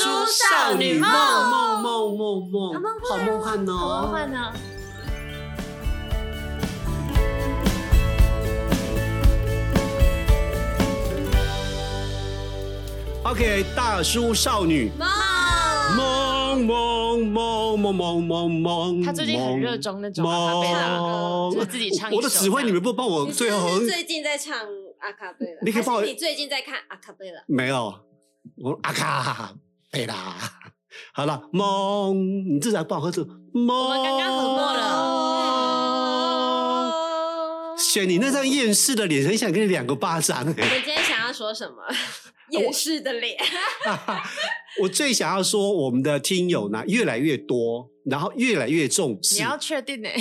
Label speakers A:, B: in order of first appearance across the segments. A: 少女梦
B: 梦梦梦
A: 好
B: 梦
A: 梦，
B: 好
A: 幻
B: 梦幻
A: 好梦
B: 哦！
A: 幻呢？
B: OK，大叔少女
A: 梦，
B: 梦梦梦梦梦梦梦，
C: 他最近很热衷那种啊阿卡贝拉
B: 梦
C: 就是自己唱一首
B: 我的指挥你们不帮我，
D: 你
B: 最
D: 是
B: 后
D: 不
B: 好
D: 是
B: 像
D: 最近在唱阿卡贝拉，
B: 你可以
D: 还是
B: 帮我
D: 你最近在看阿卡贝拉，
B: 没有，我阿卡贝拉。好了，梦，你至少帮我喝这个梦。
A: 我们刚刚合过
B: 了。选你那张厌世的脸，很想给你两个巴掌。
D: 我们今天想要说什 么？掩饰的脸，
B: 我最想要说，我们的听友呢越来越多，然后越来越重
C: 你
B: 视。
C: 要确定哦哎、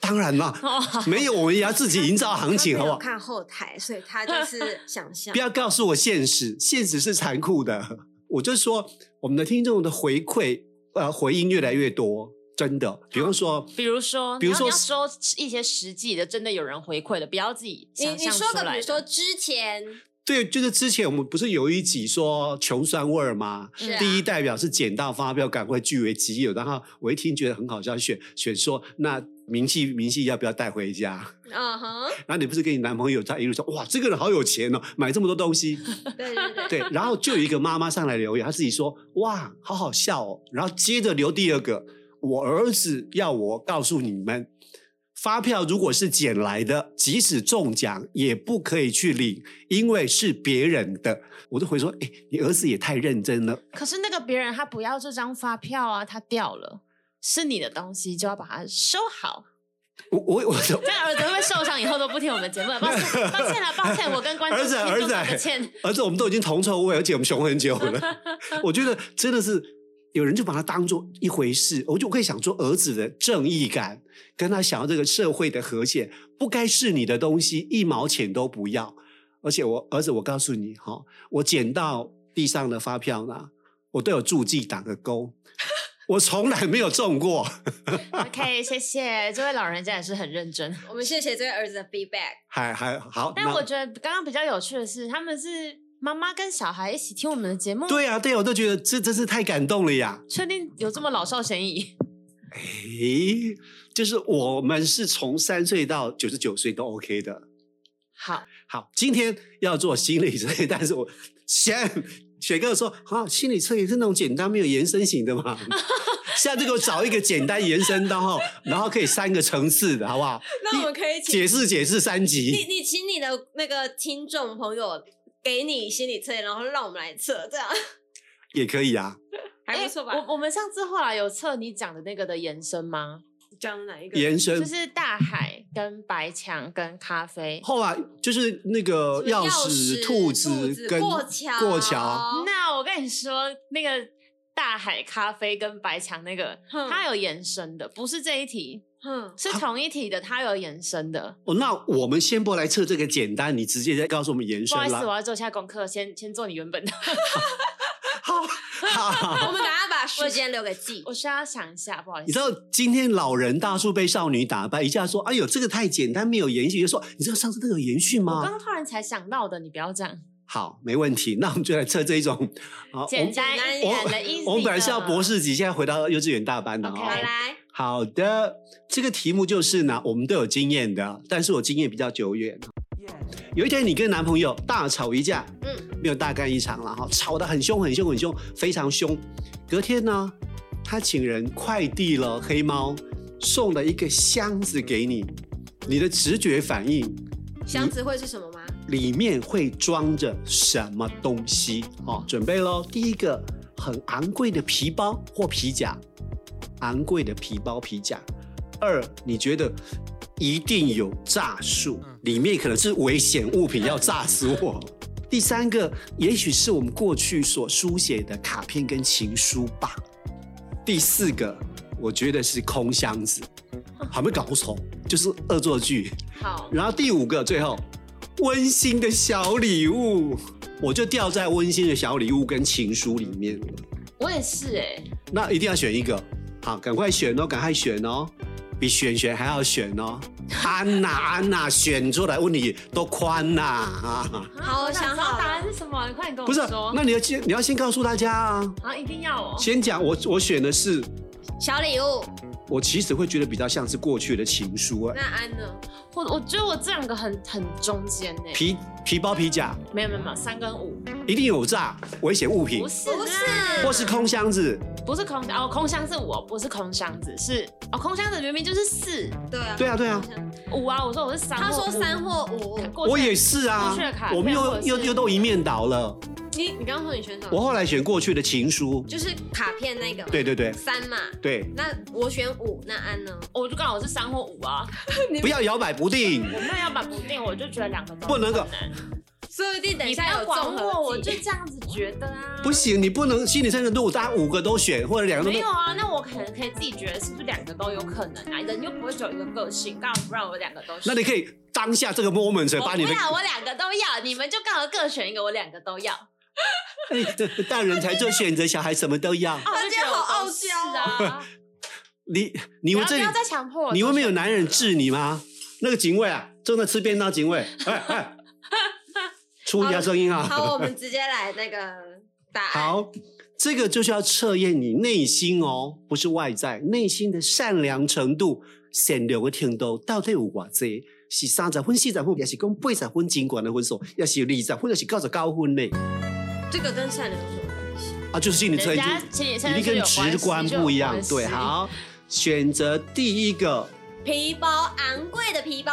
B: 当然嘛， 没有我们也要自己营造行情，
D: 他 没
B: 好不
D: 有
B: 好？
D: 看后台，所以他就是想象
B: 不。要告诉我现实，现实是残酷的。我就说，我们的听众的回馈呃回应越来越多，真的。比方说，
C: 比如说，
B: 比如说
C: 你要你要说一些实际的，真的有人回馈的，不要自己
D: 你
C: 想
D: 你
C: 象
D: 说
C: 出
D: 个，比
C: 来
D: 如
C: 的。
D: 说之前
B: 对，就是之前我们不是有一集说穷酸味儿吗？
D: 是啊
B: 第一代表是捡到发飙，赶快据为己有。然后我一听觉得很好笑，选选说那名气名气要不要带回家？
D: 嗯哼，
B: 然后你不是跟你男朋友在一路说哇，这个人好有钱哦，买这么多东西。
D: 对对对，
B: 对，然后就有一个妈妈上来留言，她自己说哇，好好笑哦。然后接着留第二个，我儿子要我告诉你们。发票如果是捡来的，即使中奖也不可以去领，因为是别人的。我就回说：“哎，你儿子也太认真了。”
C: 可是那个别人他不要这张发票啊，他掉了，是你的东西就要把它收好。
B: 我我我的
C: 这样儿子会不会受伤？以后都不听我们节目了，抱歉，抱歉了，抱歉，我跟观众
B: 儿子
C: 听众道
B: 儿子
C: 个歉。
B: 儿子，我们都已经同仇无畏，而且我们熊很久 了。我觉得真的是有人就把它当做一回事，我就可以想说，儿子的正义感跟他想要这个社会的和谐，不该是你的东西，一毛钱都不要。而且我儿子，我告诉你哈、我捡到地上的发票呢，我都有注记打个勾， 我从来没有中过。
C: OK，谢谢这位老人家也是很认真。
D: 我们谢谢这位儿子的 feedback。
B: 还还好，
C: 但
B: 那
C: 我觉得刚刚比较有趣的是，他们是妈妈跟小孩一起听我们的节目，
B: 对啊，对啊，我都觉得这真是太感动了呀。
C: 确定有这么老少咸宜？
B: 诶，就是我们是从三岁到九十九岁都 OK 的。
C: 好，
B: 好，今天要做心理测验，但是我先雪哥说，啊，心理测验是那种简单没有延伸型的嘛？下次给我找一个简单延伸的哈，然后可以三个层次的，好不好？
D: 那我们可以请
B: 解释解释三
D: 你
B: 级。
D: 你请你的那个听众朋友给你心理测验，然后让我们来测，这样
B: 也可以啊，
D: 还
C: 哎
D: 不错吧？
C: 我我们上次后来有测你讲的那个的延伸吗？
B: 嗯
D: 讲哪一个？
B: 延伸
C: 就。是大海跟白墙跟咖啡。
B: 后来就是那
D: 什
B: 个
D: 么
B: 钥
D: 匙、
B: 匙、兔
D: 子
B: 跟
D: 过桥、
B: 过桥，
D: 哦
C: 那我跟你说，那个大海咖啡跟白墙那个，
D: 哼
C: 它有延伸的，不是这一题，
D: 哼，
B: 啊
C: 是同一题的，它有延伸的。
B: 哦，那我们先不来测这个简单，你直接再告诉我们延
C: 不
B: 伸
C: 好意思，我
B: 啦。
C: 要做一下功课，先先做你原本的。
B: 好
D: 我们等下把时间留给自己。
C: 我需要想一下，不好意
B: 你知
C: 思。
B: 道今天老人大叔被少女打败，一下说：“哎呦，这个太简单，没有延续。”就说：“你知道上次那个有延续
C: 我刚
B: 吗
C: 刚突然才想到的，你不要这样。？”
B: 好，没问题。那我们就来测这一种好，我
C: 简
B: 们
C: 单一点的意思。
B: 我们本来是要博士级，现在回到幼稚园大班了哦。
C: OK
D: 好来，
B: 好的，这个题目就是呢，我们都有经验的，但是我经验比较久远。有一天你跟男朋友大吵一架，嗯
D: 嗯，
B: 没有大干一场了哈，吵得很凶很凶很凶，非常凶。隔天呢，他请人快递了黑猫，送了一个箱子给你，你的直觉反应
D: 箱子会是什么吗？
B: 里面会装着什么东西？哦，准备喽！第一个很昂贵的皮包或皮夹，昂贵的皮包皮夹。二，你觉得一定有诈术，里面可能是危险物品，要炸死我。第三个，也许是我们过去所书写的卡片跟情书吧。第四个，我觉得是空箱子，还没搞错，就是恶作剧。
C: 好，
B: 然后第五个，最后温馨的小礼物，我就掉在温馨的小礼物跟情书里面了。
C: 我也是哎、
B: 那一定要选一个，好，赶快选哦，赶快选哦。比选选还要选哦。安娜，安娜，选出来问你多宽呐啊！
D: 好我
C: 我
D: 想
C: 想知
D: 好
C: 道
D: 了
C: 答案是什么，你快点跟
B: 不
C: 我
B: 是啊
C: 说。，
B: 那你要先你要先告诉大家啊。
C: 啊，一定要哦。
B: 先讲我我选的是，
D: 小礼物，
B: 我其实会觉得比较像是过去的情书哎、
D: 那安呢？
C: 我我觉得我这两个很很中间呢、
B: 皮皮包皮夹
C: 没有没有没有，三跟五
B: 一定有诈，危险物品
C: 不，是啊
D: 不是
C: 啦，
B: 或是空箱子，
C: 不是空箱哦，空箱是五哦，不是空箱子是哦，空箱子明明就是四
D: 对啊，
B: 对啊对啊，
C: 五啊，我说我是三，
D: 他说三，或五，
C: 过去
B: 我也是啊
C: 过去的卡，片
B: 我们
C: 或
B: 又
C: 者是嗯
B: 又又都一面倒了。
D: 你你刚刚说你选什
B: 我
D: 么？
B: 后来选过去的情书，
D: 就是卡片那个嘛，
B: 对对对
D: 三嘛。
B: 对，
D: 那我选五，那安呢？
C: 我就刚好是三或五啊，
B: 不要摇摆不定，
C: 我没有把不定，我就觉得两个都
B: 不能够
C: 很难
D: 说不定等一
C: 你不
D: 下
C: 要
D: 有
C: 管
D: 综
C: 我，我
D: 合
C: 就
D: 技。
C: 这样子觉得啊，
B: 不。行，你不能心理上的路，大家五个都选或者两个都
C: 没有啊，那我可能可以自己觉得是不是两个都有可能啊？人又不会只有一个个性，干嘛不让我两个都选？
B: 那你可以当下这个 moment
C: 我
B: 把
C: 不啊
B: 你的，
C: 要，我两个都要，你们就刚好各选一个，我两个都要。
B: 哎这大人才做选择，小孩什么都要。
C: 大
D: 家好傲娇哦
C: 啊！
B: 你你
C: 你
B: 们这
C: 不
B: 里
C: 要再强迫我，
B: 你外面有男人治你吗？那个警卫啊，正在吃便当，警卫，哎 哎，出一下声音啊！
D: 好，我们直接来那个答案。
B: 好，这个就是要测验你内心哦，不是外在，内心的善良程度、善良的程度到底有偌济？是三十分、四十分，也是讲八十分尽管的分数，也是有二十分，也是九十高分嘞。
D: 这个跟善良有什么关系？
B: 啊，就是心理测
C: 人
B: 验
C: 家
B: 就
C: 心理测
B: 一定
C: 验是
B: 跟
C: 有
B: 直观
C: 关系
B: 不一样。对，，
C: 就有关系
B: 好，选择第一个，
D: 皮包，昂贵的皮包。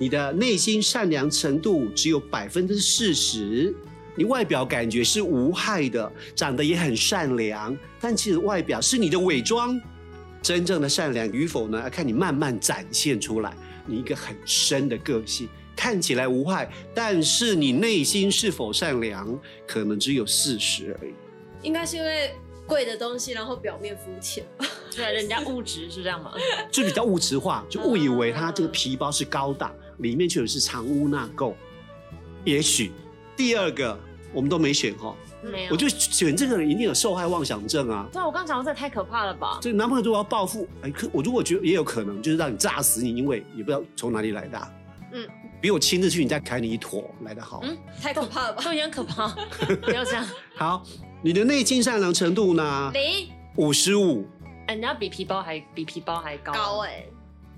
B: 你的内心善良程度只有百分之四十，你外表感觉是无害的，长得也很善良，但其实外表是你的伪装。真正的善良与否呢，要看你慢慢展现出来。你一个很深的个性，看起来无害，但是你内心是否善良，可能只有四十而已。
D: 应该是因为贵的东西，然后表面肤浅。
C: 对，人家物质是这 样吗？
B: 就比较物质化，就误以为它这个皮包是高档，里面却是藏污纳垢。也许第二个我们都没选哈，
C: 没有，
B: 我就选这个人一定有受害妄想症啊。
C: 对啊，我刚想到这太可怕了吧？
B: 这个男朋友如果要报复，哎，可我如果觉得也有可能，就是让你炸死你，因为也不知道从哪里来的、嗯
D: 嗯，
B: 比我亲自去你家砍你一坨来的好。
C: 嗯
D: 太可怕了吧？
C: 有点可怕， 不要这样。
B: 好，你的内心善良程度呢？
D: 零
B: 五十五，
C: 哎，人家比皮包还比皮包还高，啊
D: 高哎、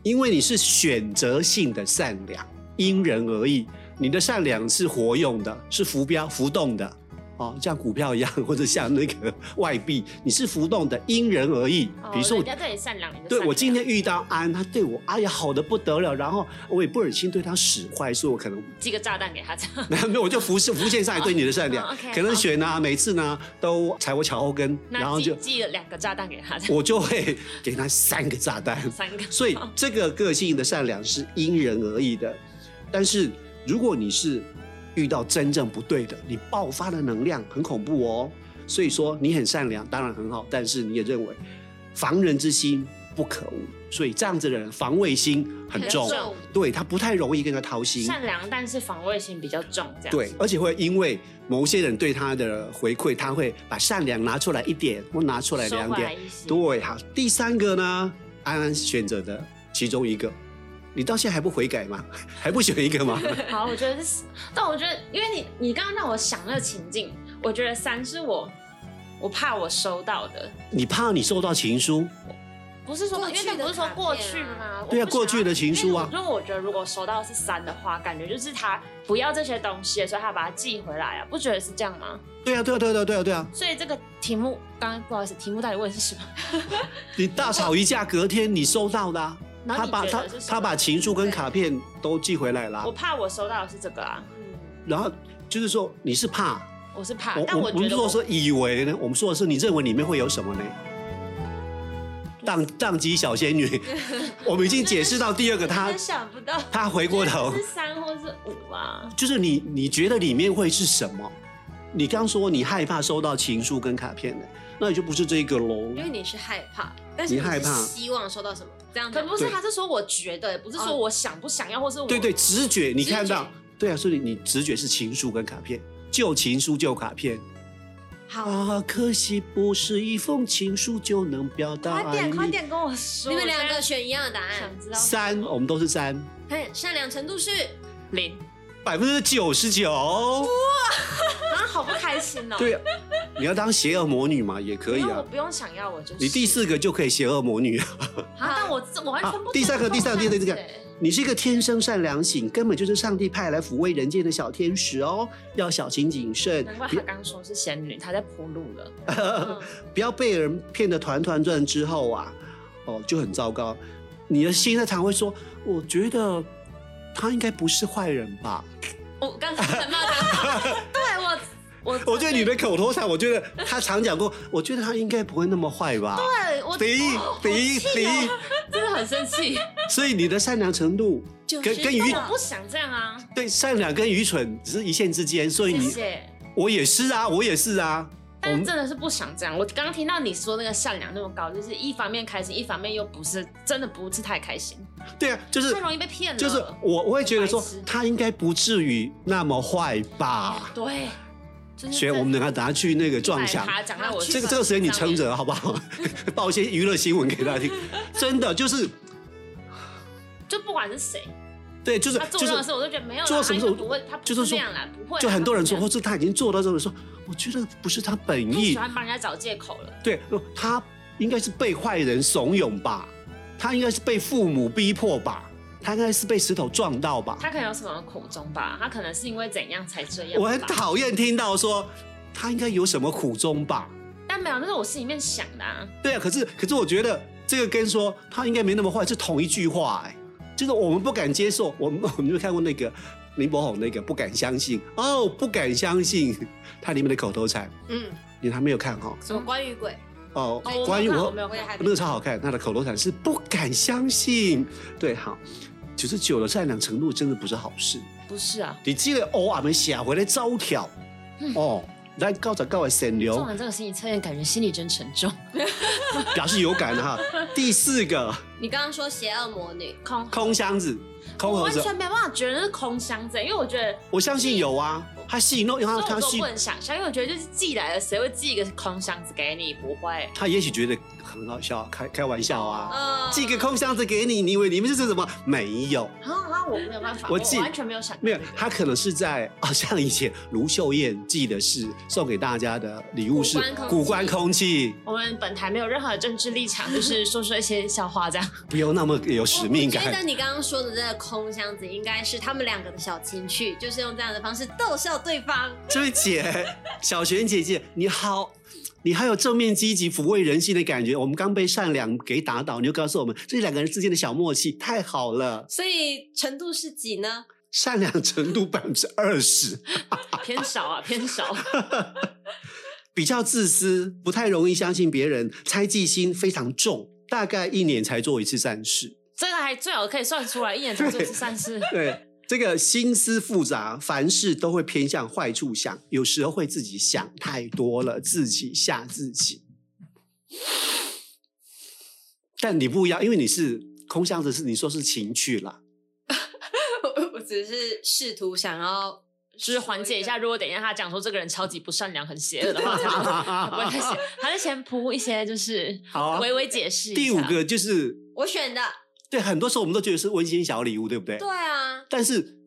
B: 因为你是选择性的善良，因人而异。你的善良是活用的，是浮标浮动的，哦，像股票一样，或者像那个外币，你是浮动的，因人而异
C: 哦。
B: 比如说我
C: 人家对你善良，你就
B: 对
C: 善
B: 我今
C: 良
B: 天遇到安，他对我，哎呀，好的不得了，然后我也不忍心对他使坏，所以我可能
C: 寄个炸弹给他，这样
B: 没有，我就浮现浮现上来对你的善良
C: 哦，OK，，
B: 可能
C: 好
B: 选啊，每次呢都踩我脚后跟， 然
C: 那
B: 后
C: 寄
B: 就
C: 寄了两个炸弹给他，这样
B: 我就会给他三个炸弹。
C: 三个。
B: 所以这个个性的善良是因人而异的。但是如果你是遇到真正不对的，你爆发的能量很恐怖哦。所以说你很善良，当然很好，但是你也认为防人之心不可无，所以这样子的人防卫心很
D: 很
B: 重，
D: 重
B: 对他不太容易跟他掏心。
C: 善良，但是防卫心比较重，这样
B: 对，而且会因为某些人对他的回馈，他会把善良拿出来一点，或拿出来
C: 收
B: 两
C: 回
B: 点
C: 来，一些。
B: 对，好，第三个呢，安安选择的其中一个，你到现在还不悔改吗？ 还不选一个吗？
C: 好，我觉得是，但我觉得，因为你你刚刚让我想那个情境，我觉得三是我我怕我收到的，
B: 你怕你收到情书，
C: 不是说
D: 过
C: 因
D: 去
C: 为
D: 的
C: 那不是说过去
D: 卡片
C: 吗？
B: 对啊
C: 我不想要
B: 过去的情书啊
C: 因为我我觉得如果收到是三的话，感觉就是他不要这些东西，所以他把它寄回来啊，不觉得是这样吗？
B: 对啊，对啊，对啊，对啊，对啊，对啊，
C: 所以这个题目，刚刚不好意思，题目到底问的是什么？
B: 你大吵一架，隔天你收到的、啊，
C: 然后
B: 他
C: 你
B: 把
C: 觉
B: 他
C: 得是什么
B: 他把情书跟卡片都寄回来了
C: 我
B: 啊，
C: 怕我收到的是这个啊，
D: 嗯，
B: 然后就是说你是怕，
C: 我是怕，
B: 我
C: 啊但
B: 我
C: 我
B: 我
C: 觉
B: 们
C: 得
B: 说是以为呢，我们说的是你认为里面会有什么呢？宕宕机小仙 女，我们已经解释到第二个他
D: 真想不到。
B: 他回过头
C: 是。三或是五啊，
B: 就是你你觉得里面会是什么？你刚说你害怕收到情书跟卡片的，那也就不是这个喽。
D: 因为你是害怕，但是
B: 你害怕
D: 是希望收到什么？这样
C: 可
D: 子
C: 不是，
B: 哦对
C: 他是说我觉得，不是
D: 哦
C: 说我想不想要，或是我
B: 对对，直觉你看
C: 直
B: 到，对啊，所以你直觉是情书跟卡片，就情书就卡片，
D: 好，
B: 啊，可惜不是一封情书就能表达
C: 快
B: 爱
C: 点快
B: 啊你。
C: 点跟我说，
D: 你们两个
C: 我
D: 选一样的答
C: 现在
D: 案
C: 想。知道
B: 三，我们都是三，
D: 看善良程度是
C: 零，
B: 百分之九十九。
C: 然后好不开心哦。
B: 对啊，你要当邪恶魔女嘛，也
C: 不
B: 可以
C: 用，我
B: 啊。
C: 不用想要，我就是。
B: 你第四个就可以邪恶魔女啊。
C: 啊，但我我完全不懂、
B: 啊第三个第三个第三个
C: 这样子欸
B: 你是一个天生善良型，根本就是上帝派来抚慰人间的小天使哦，要小心谨慎，
C: 难怪
B: 不
C: 他刚说是仙女，他在铺路了。
D: 嗯
B: 不要被人骗得团团转之后啊，哦，就很糟糕。你的心在常会说，我觉得他应该不是坏人吧？
D: 我刚刚想到他，
C: 对我，我
B: 我觉得你的口头禅，我觉得他常讲过，我觉得他应该不会那么坏吧？
C: 对啊我
B: 第一，第一，第
C: 啊
B: 一，
C: 真的很生气，
B: 所以你的善良程度
D: 九
B: 跟
D: 十
B: 跟愚
D: 度
C: 我不想这样啊。
B: 对善良跟愚蠢只是一线之间，所以
C: 谢
B: 你
C: 谢，
B: 我也是啊，我也是啊，我
C: 但是真的是不想这样。我刚刚听到你说那个善良那么高，就是一方面开心，一方面又不是真的不是太开心，
B: 对啊，就是
C: 太容易被骗了。
B: 就是我我会觉得说
C: 白痴
B: 他应该不至于那么坏吧。
C: 对，就是
B: 所以我们等下等下去那个撞墙，
C: 他讲到我
B: 这个这个时间你撑着好不好？ 报一些娱乐新闻给大家 听，真的就是
C: 就不管是谁，
B: 对，就是
C: 他做
B: 就
C: 任何
B: 是
C: 事我都觉得没有啦，
B: 做什么
C: 他
B: 事
C: 应该不会，他
B: 就是
C: 不是
B: 说
C: 这样啦，不会啦。
B: 就很多人说，
C: 他
B: 或
C: 不
B: 是他已经做到这种说，我觉得不是他本
C: 这样太
B: 意
C: 喜，欢帮人家找借口了。
B: 对，他应该是被坏人怂恿吧，他应该是被父母逼迫吧，他应该是被石头撞到吧。
C: 他可能有什么苦衷吧？他可能是因为怎样才这样吧？
B: 我很讨厌听到说他应该有什么苦衷吧？
C: 但没有，那是我心里面想的、啊。
B: 对啊，可是可是我觉得这个跟说他应该没那么坏是同一句话哎、就是我们不敢接受，我们 我们就看过那个林柏宏那个不敢相信哦，不敢相信，它里面的口头禅，
D: 嗯，
B: 你还没有看哈
D: 什么关于鬼？
B: 哦
C: 哦，
B: 关于
C: 我
B: 我
C: 没有看我没有
D: 我也
C: 看
D: 还
B: 那个超好看，它的口头禅是不敢相信，对，好，九十九的善良程度真的不是好事。
C: 不是啊，
B: 你记得偶尔们写回来招条，哦，咱告着告的神
C: 做
B: 流，
C: 嗯完这个心理测验，感觉心里真沉重。
B: 表示有感的哈。第四个，
D: 你刚刚说邪恶魔女，
C: 空，
B: 空箱子，空
C: 我
B: 盒
C: 完
B: 子，
C: 全没办法觉得是空箱子，因为我觉得，
B: 我相信有啊，他戏弄，
C: 所
B: 他
C: 以我
B: 他
C: 说
B: 戏
C: 不，能想象，因为我觉得就是寄来了，谁会寄一个空箱子给你？不会。
B: 他也许觉得很好笑，开开玩笑啊，
D: 嗯，
B: 寄个空箱子给你，你以为你们这是什么？没有，
C: 啊啊！我没有办法，
B: 我
C: 我
B: 寄
C: 完全没有想
B: 没有，他可能是在 哦，像以前卢秀燕寄的是送给大家的礼物是
D: 古关空气
B: 古关空气，
C: 我们本台没有任何政治立场，就是说说一些笑话这 样。
B: 不用那么有使命
D: 我觉得
B: 感。
D: 你刚刚说的这个空箱子，应该是他们两个的小情趣，就是用这样的方式逗笑对方。
B: 这位姐，小璇姐姐，你好，你还有正面积极抚慰人心的感觉。我们刚被善良给打倒，你就告诉我们这两个人之间的小默契太好了，
D: 所以程度是几呢？
B: 善良程度百分之二十，
C: 偏少啊，偏少。
B: 比较自私，不太容易相信别人，猜忌心非常重，大概一年才做一次善事。
C: 这个还最好可以算出来，一眼才做是善事。
B: 对，这个心思复杂，凡事都会偏向坏处想，有时候会自己想太多了，自己吓自己。但你不一样，因为你是空箱子，是你说是情趣啦，
D: 我只是试图想要
C: 就是缓解一下。如果等一下他讲说这个人超级不善良、很邪恶的话，他不他不会太邪，他是先铺一些就是
B: 好啊
C: 微微解释一下。
B: 第五个就是，
D: 我选的，
B: 对，很多时候我们都觉得是温馨小礼物，对不对？
D: 对啊，
B: 但是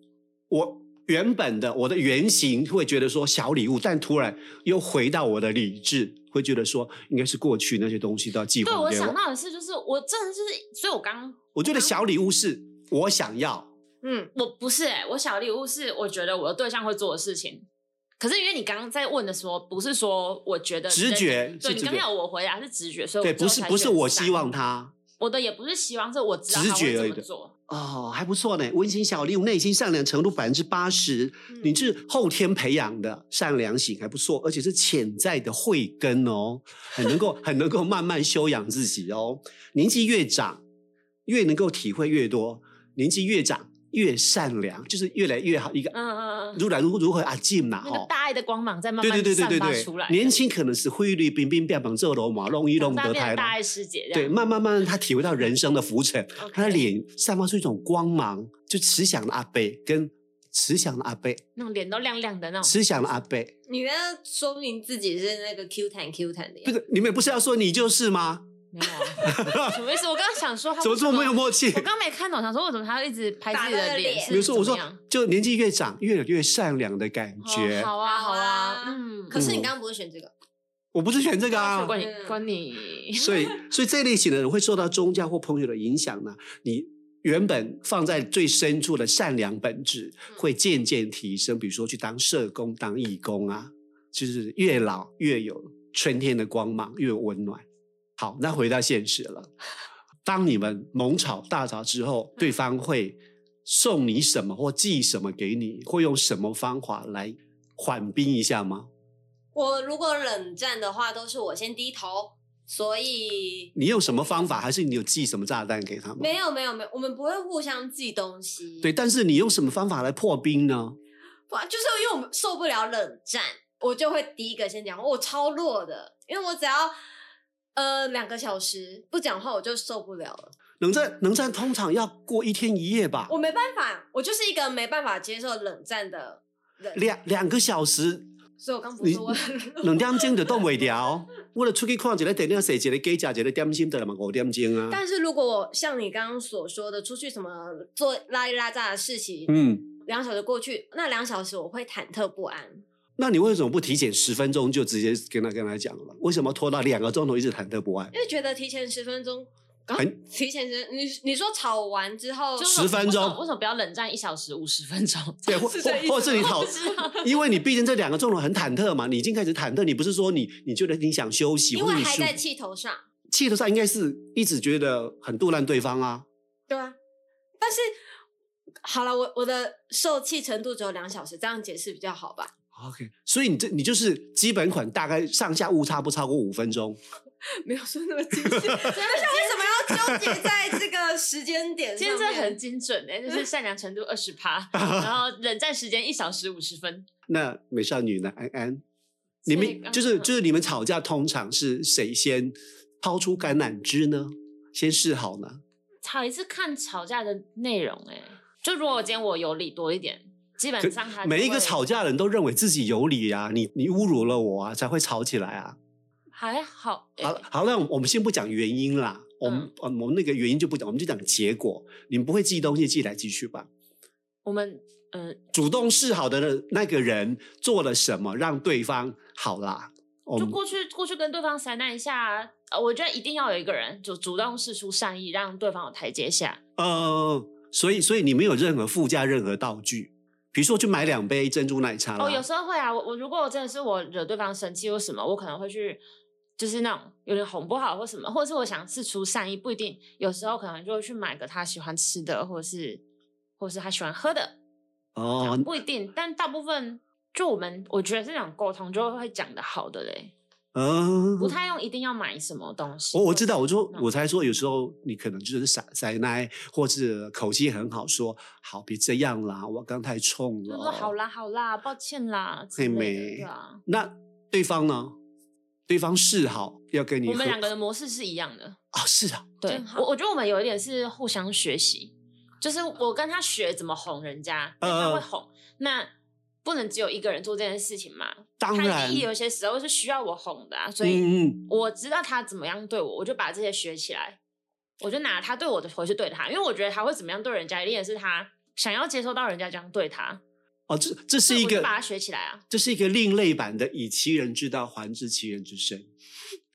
B: 我原本的我的原型会觉得说小礼物，但突然又回到我的理智，会觉得说应该是过去那些东西都要寄还
C: 对
B: 给
C: 我想到的是，就是我真的就是，所以我刚
B: 我觉得小礼物是我想要，
D: 嗯，
C: 我不是、欸、我小礼物是我觉得我的对象会做的事情。可是因为你刚刚在问的时候，不是说我觉得
B: 直觉
C: 对
B: 是
C: 你
B: 直
C: 刚
B: 觉
C: 要我回答是直觉，所以
B: 对，
C: 我最
B: 不
C: 后
B: 是
C: 才
B: 不是
C: 选
B: 我
C: 三
B: 希望他
C: 嗯我的也不是希望，是我知道
B: 直
C: 他
B: 觉
C: 会
B: 而已
C: 这么
B: 的
C: 做。
B: 哦，还不错呢，温馨小礼物，内心善良程度百分之八十，
D: 嗯
B: 你是后天培养的善良型，还不错，而且是潜在的慧根哦，很能够很能够慢慢修养自己哦。年纪越长，越能够体会越多，年纪越长越善良，就是越来越好一个
C: 嗯嗯嗯，
B: 如来如如何啊进啦
C: 那个
B: 哦。
C: 大爱的光芒在慢
B: 对
C: 慢
B: 对对对
C: 散
B: 对
C: 发出来
B: 对，。年轻可能是灰绿冰冰变成这罗马弄一弄
C: 长大
B: 得
C: 变
B: 太
C: 成大
B: 郎
C: 爱啊师姐这
B: 对，
C: 样。
B: 慢慢慢慢，他体会到人生的浮沉，
C: OK
B: 他的脸散发出一种光芒，就慈祥的阿贝跟慈祥的阿贝，
C: 那种脸都亮亮的那种。
B: 慈祥的阿贝，
D: 你在说明自己是那个 Q 弹 Q 弹的
B: 不
D: 样子，
B: 是你们不是要说你就是吗？
C: 没有啊，什么意思？我刚刚想说他
B: 怎么这么没有默契
C: 我？刚没看懂，想说为什么他要一直拍自己
D: 打他
C: 的
D: 的
C: 脸
D: 脸？
C: 是
B: 比如说，我说
C: 怎么样
B: 就年纪越长，越有越善良的感觉。
C: 哦好啊，
D: 好
C: 好啊
D: 啊，
C: 嗯，
D: 可是你
B: 嗯
D: 刚刚不是选这个？
B: 我不是选这个啊，
C: 关你
D: 嗯
C: 关你，
B: 所以，所以这类型的人会受到宗教或朋友的影响呢，你原本放在最深处的善良本质
D: 嗯
B: 会渐渐提升，比如说去当社工、当义工啊，就是越老越有春天的光芒，越有温暖。好，那回到现实了，当你们猛吵大吵之后，对方会送你什么或寄什么给你，会用什么方法来缓兵一下吗？
D: 我如果冷战的话，都是我先低头，所以
B: 你用什么方法，还是你有寄什么炸弹给他们？
D: 没有没有没有，我们不会互相寄东西。
B: 对，，但是你用什么方法来破冰呢？
D: 不啊就是因为我们受不了冷战，我就会第一个先讲，我超弱的，因为我只要呃两个小时不讲话，我就受不了了，
B: 冷战冷战通常要过一天一夜吧
D: 我，没办法，我就是一个没办法接受冷战的人，
B: 两两个小时，
D: 所以我刚不是说我很弱
B: 两点钟就冻袂了。我了出去看一个电影，食一个鸡，食一个点心，得了嘛五点钟啊。
D: 但是如果我像你刚刚所说的，出去什么做拉里拉杂的事情，
B: 嗯，
D: 两小时过去，那两小时我会忐忑不安。
B: 那你为什么不提前十分钟就直接跟他跟他讲了？为什么拖到两个钟头一直忐忑不安？
D: 因为觉得提前十分钟，啊
B: 很
D: 提前十，你你说吵完之后，
C: 就是
B: 10分钟
C: 为什么为什么不要冷战一小时五十分钟？
B: 对，或
C: 是这意思
B: 或或是你讨
C: 我不知道，
B: 因为你毕竟这两个钟头很忐忑嘛，你已经开始忐忑，你不是说你你觉得你想休息，
D: 因
B: 或
D: 为
B: 者你
D: 还
B: 舒
D: 在气头上，
B: 气头上应该是一直觉得很杜烂对方啊。
D: 对啊。但是好了，我我的受气程度只有两小时，这样解释比较好 吧？
B: OK，所以你这你就是基本款大概上下误差不超过五分钟，
D: 没有说那么精细，啊但是为什么要纠结在这个时间点
C: 今
D: 上
C: 天
D: 面？
C: 真的很精准哎、就是善良程度二十趴，然后冷战时间一小时五十分。
B: 那美少女呢？安安，你
C: 所以嗯
B: 们
C: 刚
B: 就是
C: 刚
B: 就是你们吵架通常是谁先抛出橄榄枝呢？先示好呢？
C: 吵一次看吵架的内容哎、就如果我今天我有理多一点，基本上他就
B: 每一个
C: 会
B: 吵架的人都认为自己有理啊，你你侮辱了我啊，才会吵起来啊。
C: 还好、欸，
B: 好好，那我们先不讲原因啦，我们、
C: 嗯
B: 呃我们那个原因就不讲，我们就讲结果。你们不会寄东西寄来寄去吧？
C: 我们嗯、
B: 主动示好的那个人做了什么让对方好啦？我
C: 就
B: 们
C: 过去过去跟对方塞那一下、啊，呃我觉得一定要有一个人就主动示出善意，让对方有台阶下。
B: 呃，所以所以你没有任何附加任何道具，比如说去买两杯珍珠奶茶啦
C: 哦，有时候会啊，我我如果我真的是我惹对方生气或什么，我可能会去。就是那种有点哄不好或什么，或者是我想试出善意，不一定。有时候可能就会去买个他喜欢吃的，或者是或者是他喜欢喝的，
B: 哦，
C: 不一定，但大部分就我们，我觉得这种沟通就会讲的好的嘞，
B: 嗯、
C: 不太用一定要买什么东西。
B: 哦我我知道，我说
C: 嗯
B: 我才说，有时候你可能就是傻塞奶，或是口气很好说，好别这样啦，我刚太冲
C: 就
B: 了。
C: 是说好啦好啦，抱歉啦
B: 妹
C: 之类
B: 妹
C: 的，对啊。
B: 那对方呢？对方示好要跟你
C: 我们
B: 喝
C: 两个的模式是一样的，
B: 啊、是啊，
C: 对
D: 真好
C: 我我觉得我们有一点是互相学习，就是我跟他学怎么哄人家，因为他
B: 呃
C: 会哄，那不能只有一个人做这件事情嘛。
B: 当
C: 他
B: 然
C: 一，定有些时候是需要我哄的、啊，所以
B: 嗯嗯，
C: 我知道他怎么样对我，我就把这些学起来，我就拿他对我的回去对他，因为我觉得他会怎么样对人家，一定也是他想要接收到人家这样对他，
B: 哦，这这
C: 所
B: 是
C: 以
B: 一
C: 我就
B: 个
C: 把它学起来啊。
B: 这是一个另类版的以其人之道还治其人之身，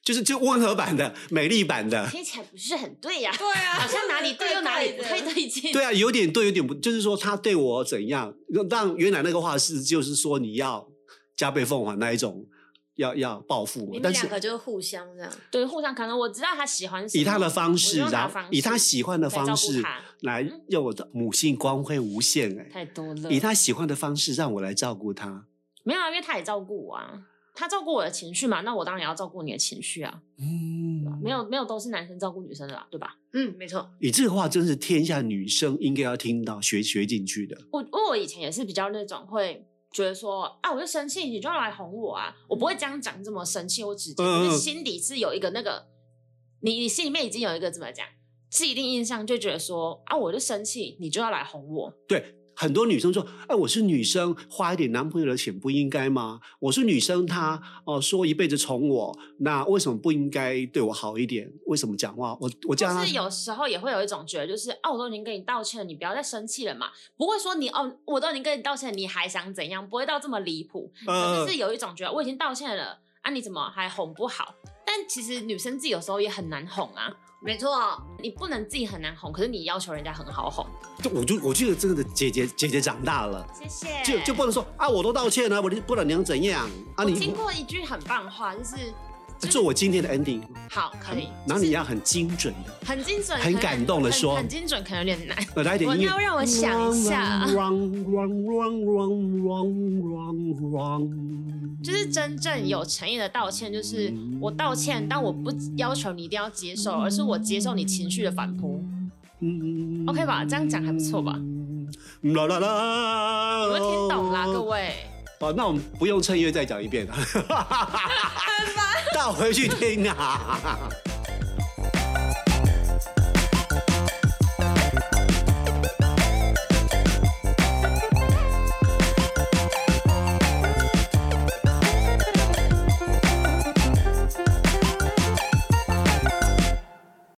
B: 就是就温和版的、美丽版的。
C: 听起来不是很对呀、
D: 对啊，
C: 好像哪里对又哪里不
D: 怪怪
C: 太
D: 的
C: 对劲。
B: 对啊，有点对，有点不，就是说他对我怎样，让原来那个话是就是说你要加倍奉还那一种，要要报复
D: 你
B: 嘛。
D: 们
B: 但
D: 两
B: 是
D: 个就是互相这样。
C: 对，互相可能我知道他喜欢什么，
B: 以他的方式，
C: 我就用
B: 然
C: 的
B: 后
C: 方式
B: 以他喜欢的
C: 来照
B: 方
C: 顾
B: 式
C: 他
B: 来
C: 嗯
B: 让我的母性光辉无限哎、
C: 太多了。
B: 以他喜欢的方式让我来照顾他。
C: 没有啊，因为他也照顾我啊，他照顾我的情绪嘛，那我当然也要照顾你的情绪啊。
B: 嗯，
C: 没有没有都是男生照顾女生的啦，对吧？
D: 嗯，没错。
B: 你这个话真是天下女生应该要听到、学学进去的。
C: 我因为我以前也是比较那种会觉得说啊，我就生气，你就要来哄我啊，我不会这样讲这么生气或直接，
B: 嗯嗯
C: 我就是心里是有一个那个，你你心里面已经有一个怎么讲既定印象，就觉得说啊，我就生气，你就要来哄我，
B: 对，很多女生说：“哎，我是女生，花一点男朋友的钱不应该吗？我是女生她，哦说一辈子宠我，那为什么不应该对我好一点？为什么讲话？我我叫
C: 就
B: 她
C: 是有时候也会有一种觉得，就是哦，我都已经跟你道歉了，你不要再生气了嘛。不会说你哦，我都已经跟你道歉了，你还想怎样？不会到这么离谱。
B: 呃
C: 可是是有一种觉得我已经道歉了啊，你怎么还哄不好？但其实女生自己有时候也很难哄啊，
D: 没错，
C: 你不能自己很难哄，可是你要求人家很好哄。
B: 就我就我觉得真的姐姐姐姐长大了，
C: 谢谢。
B: 就就不能说啊，我都道歉了，我不然你想怎样啊
C: 我
B: 你？
C: 听过一句很棒的话，就是
B: 做我今天的 ending，
C: 好可以，
B: 然后你要很精准的。
C: 很精准，
B: 很
C: 可能
B: 感动地
C: 很
B: 说
C: 很精准，可能有点难。
B: 呃，来一点
C: 我
B: 音乐。
C: 那让我想一下
B: Run, run, run, run, run, run, run,
C: 就是真正有诚意的道歉，就是我道歉，但我不要求你一定要接受，而是我接受你情绪的反扑。
B: 嗯
C: OK 吧这样讲还不错吧？
B: 啦啦啦！
C: 你们听懂啦，各。位。
B: 好，那我们 不用趁月再讲一遍了，带回去听啊。